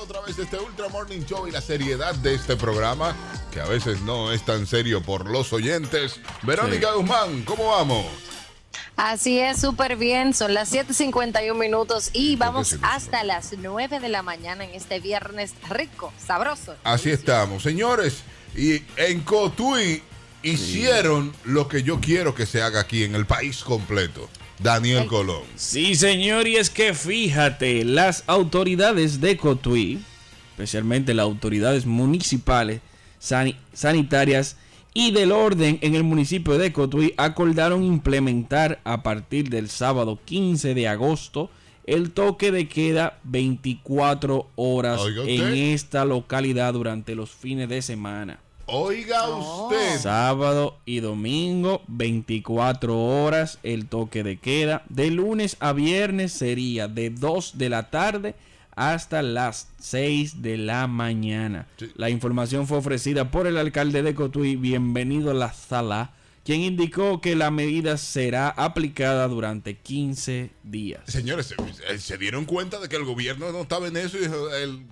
otra vez este Ultra Morning Show y la seriedad de este programa, que a veces no es tan serio por los oyentes. Verónica Guzmán, ¿cómo vamos? Así es, súper bien. Son las 7:51 minutos y vamos sí, no, hasta las 9 de la mañana en este viernes rico, sabroso. Ah. Así estamos, señores. Y en Cotuí hicieron lo que yo quiero que se haga aquí en el país completo. Daniel Colón. Sí, señor, y es que fíjate, las autoridades de Cotuí, especialmente las autoridades municipales, sani- sanitarias y del orden en el municipio de Cotuí, acordaron implementar a partir del sábado 15 de agosto el toque de queda 24 horas Oiga usted. en esta localidad durante los fines de semana. Oiga usted. Sábado y domingo, 24 horas, el toque de queda. De lunes a viernes sería de 2 de la tarde hasta las 6 de la mañana. Sí. La información fue ofrecida por el alcalde de Cotuí, bienvenido La Sala, quien indicó que la medida será aplicada durante 15 días. Señores, se, eh, se dieron cuenta de que el gobierno no estaba en eso y dijo, el,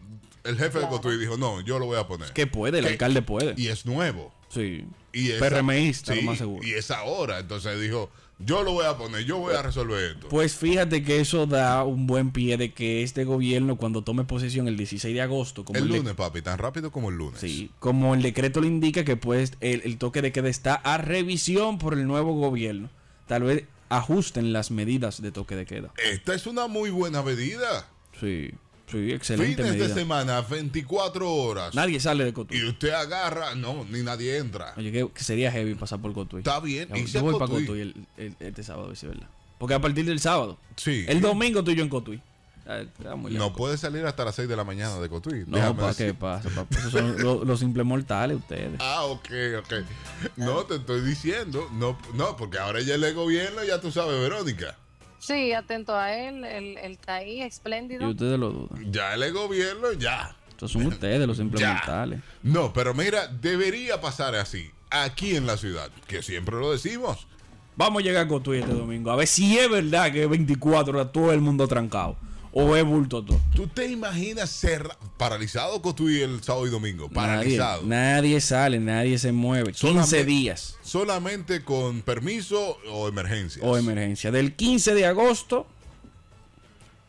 el jefe de Cotuí dijo, no, yo lo voy a poner. Que puede, el ¿Qué? alcalde puede. Y es nuevo. sí. Y es PRMista, lo sí, más seguro. Y es ahora. Entonces dijo, yo lo voy a poner, yo voy a resolver esto. Pues fíjate que eso da un buen pie de que este gobierno cuando tome posesión el 16 de agosto, como el el, de- lunes, pues. papi, tan rápido como el lunes. sí, como el decreto le indica que pues el, el toque de queda está a revisión por el nuevo gobierno, tal vez ajusten las medidas de toque de queda. Esta es una muy buena medida. Sí, sí, excelente Fines de medida. semana, 24 horas. Nadie sale de Cotuí. Y usted agarra, no, ni nadie entra. Oye, que, que sería heavy pasar por Cotuí. Está bien. Yo, y yo se voy para Cotuí. Cotuí el- el- este sábado, sí, ¿verdad? Porque a partir del sábado, Sí. el domingo estoy yo en Cotuí. Ah, está muy lejos. No puede salir hasta las 6 de la mañana de Cotuí. No, déjame ¿para decir. qué pasa? papá? Esos son lo- los, simples mortales ustedes. Ah, ok, ok. Ah. No, te estoy diciendo. No, no porque ahora ya el gobierno, ya tú sabes, Verónica. Sí, atento a él, él, él está ahí, Y espléndido. ustedes lo dudan. Ya el gobierno, ya. Estos son ustedes los simples Ya. mortales. No, pero mira, debería pasar así, aquí en la ciudad, que siempre lo decimos. Vamos a llegar a Cotuí este domingo. A ver si es verdad que 24 horas todo el mundo trancado. O es bulto todo. ¿Tú te imaginas ser paralizado Cotuí el sábado y domingo? Nadie, Paralizado. nadie sale, nadie se mueve. 15 Solamente- días Solamente con permiso o emergencias. o emergencia. Del 15 de agosto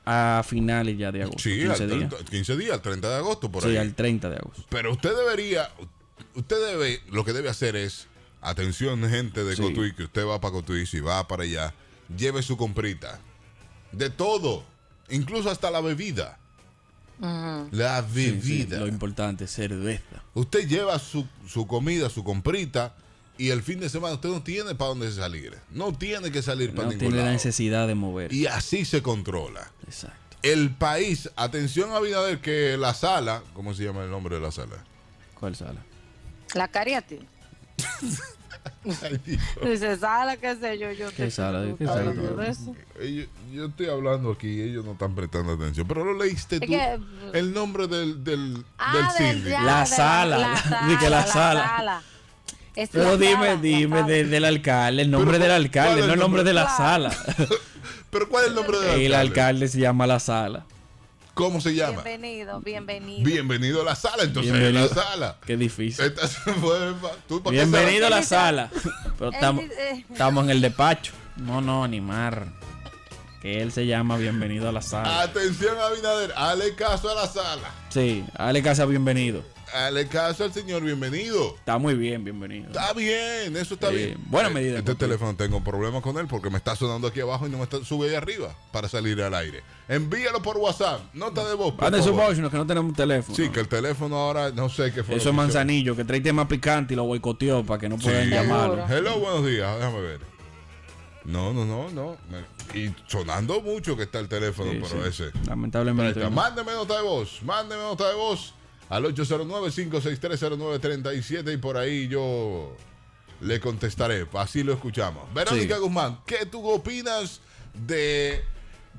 a finales ya de agosto. Sí, 15 al días. 30 15 días, al 30 de agosto, por Sí, ahí. al 30 de agosto. Pero usted debería, usted debe, lo que debe hacer es, atención gente de Sí. Cotuí, que usted va para Cotuí, si va para allá, lleve su comprita. De todo, incluso hasta la bebida. La Sí, sí, bebida. lo importante, cerveza. Usted lleva su, su comida, su comprita, y el fin de semana usted no tiene para dónde salir. No tiene que salir para No ningún tiene la lado. necesidad de mover. Y así se controla. Exacto. El país, atención a Abinader, que la sala, ¿cómo se llama el nombre de la sala? ¿Cuál sala? La cariati. Ay, Dios. Dice, sala, qué sé yo, yo ¿Qué te- sala? no ¿Qué te sala hablo tú de hablas? eso. Ellos- yo estoy hablando aquí, ellos no están prestando atención, pero lo leíste Es tú. que- El nombre del, del, Ah, del del- síndico. ya, La de sala, la de que la sala, sala. Es la Pero sala, dime, la dime, sala. de- del alcalde, el nombre Pero, del ¿cuál es alcalde, el no el nombre de la Claro. sala. Pero ¿cuál es el nombre del El alcalde? alcalde se llama la sala. ¿Cómo se llama? Bienvenido, bienvenido. Bienvenido a la sala, entonces Bienvenido. la sala. Qué difícil. Esta se fue, pa- tú, ¿pa' qué Bienvenido a la Él dice- sala. Pero Él estamos, dice- eh. estamos en el despacho. No, no, ni mar. Que él se llama Bienvenido a la sala? sala. Atención, Abinader, hale caso a la sala. Sí, dale casa bienvenido. Hale caso al señor, bienvenido. Está muy bien, bienvenido. Está bien, eso está Sí, bien. buena medida, Este papi. teléfono tengo problemas con él porque me está sonando aquí abajo y no me está, sube ahí arriba para salir al aire. Envíalo por WhatsApp, nota de voz. por Mande su favor. voice, no, que no tenemos teléfono. Sí, que el teléfono ahora no sé qué fue. lo Eso es que hicieron. manzanillo, que trae tema picante y lo boicoteó para que no puedan Sí. llamarlo. Hello, buenos días, déjame ver. No, no, no, no. Me- Y sonando mucho que está el teléfono, Sí, pero sí. ese. Ahí Lamentablemente. está. no. Mándeme nota de voz, mándeme nota de voz al 809-56309-37 y por ahí yo le contestaré. Así lo escuchamos. Verónica Sí. Guzmán, ¿qué tú opinas de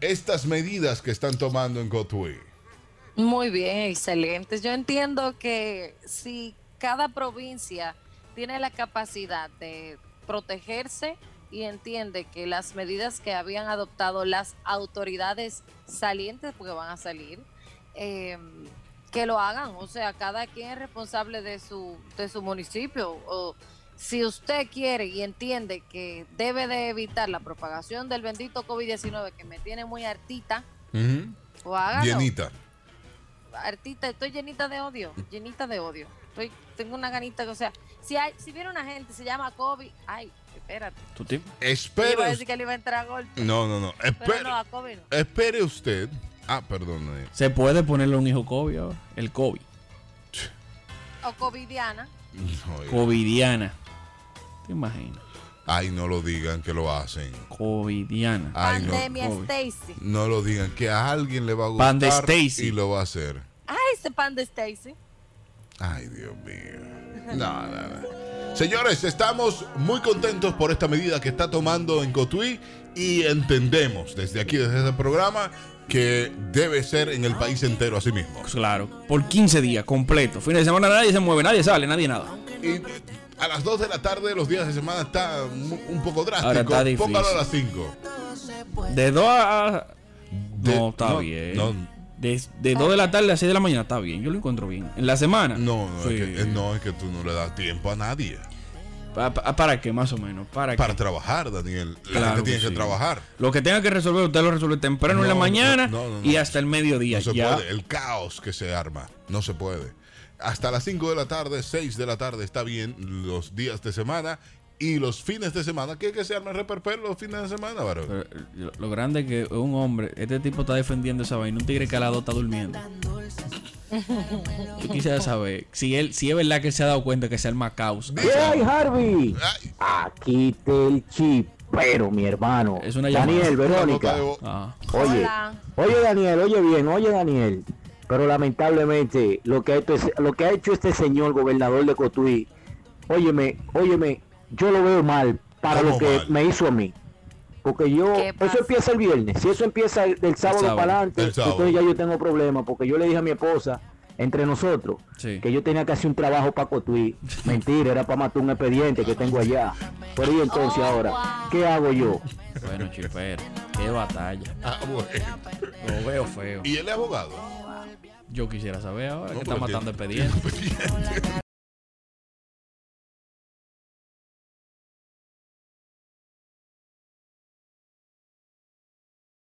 estas medidas que están tomando en Cotuí? Muy bien, excelente. Yo entiendo que si cada provincia tiene la capacidad de protegerse y entiende que las medidas que habían adoptado las autoridades salientes, porque van a salir, eh, que lo hagan. O sea, cada quien es responsable de su, de su municipio. O si usted quiere y entiende que debe de evitar la propagación del bendito COVID-19 que me tiene muy hartita, Ujú. o hágalo. Llenita. Hartita, estoy llenita de odio, llenita de odio. Estoy, tengo una ganita, que, o sea, si hay, si viene una gente, se llama COVID, ay, espérate. ¿Tú te- Yo iba a Espere. decir que le iba a entrar a golpe, No, no, no. pero Espere, no, a COVID no. espere usted. Ah, perdón. eh. Se puede ponerle un hijo COVID ahora? El COVID. O COVIDiana. No, eh. Covidiana. ¿Te imaginas? Ay, no lo digan que lo hacen. Covidiana. Ay, no. Pandemia COVID. Stacy. No lo digan, que a alguien le va a gustar Pan de Stacy. y lo va a hacer. Ay, Ah, ese pan de Stacy. Ay, Dios mío. No, no, no. Señores, estamos muy contentos por esta medida que está tomando en Cotuí y entendemos desde aquí, desde este programa, que debe ser en el país entero así mismo. Claro. Por 15 días, completo. Fin de semana nadie se mueve, nadie sale, nadie nada. Y a las 2 de la tarde, los días de semana, está mu- un poco Ahora drástico. está difícil. Póngalo a las 5. De 2 a... De- no, está no, bien. no. De, de 2 de la tarde a 6 de la mañana está bien. Yo lo encuentro bien. En la semana. No, no, Sí. es que, eh, no, es que tú no le das tiempo a nadie Pa- pa- ¿Para qué? Más o menos. ¿Para, qué? para trabajar, Daniel. La Claro gente que tiene que sí. trabajar. Lo que tenga que resolver, usted lo resuelve temprano en la No, mañana no, no, no, y no. hasta el mediodía. No se ya. puede, el caos que se arma, no se puede. Hasta las 5 de la tarde, 6 de la tarde está bien los días de semana y los fines de semana. ¿Qué que se arma el reperper los fines de semana, varón? Pero, eh, lo- lo grande es que un hombre, este tipo está defendiendo esa vaina, un tigre calado está durmiendo. Yo quisiera saber si él, si es verdad que él se ha dado cuenta que se arma caos. ¿Qué hay, Harvey? Ay, Aquí te el chipero, mi hermano. Es una Daniel, la Verónica. nota de voz. Ah, Oye, Hola. oye, Daniel, oye bien, oye, Daniel. Pero lamentablemente, lo que, ha hecho es- lo que ha hecho este señor gobernador de Cotuí, óyeme, óyeme, yo lo veo mal para ¿Cómo lo que mal? me hizo a mí. Porque yo, ¿Qué pasa? eso empieza el viernes. Si eso empieza el- del sábado, sábado. para adelante, El sábado. entonces ya yo tengo problemas. Porque yo le dije a mi esposa, entre nosotros, Sí. que yo tenía que hacer un trabajo para Cotuí. Mentira, era para matar un expediente que tengo allá. Pero y entonces Oh, ahora, wow. ¿qué hago yo? bueno, chipero, qué batalla. Ah, bueno. Lo veo feo. Y él es abogado. Yo quisiera saber ahora No, que está porque matando tiene- expedientes. tiene expediente.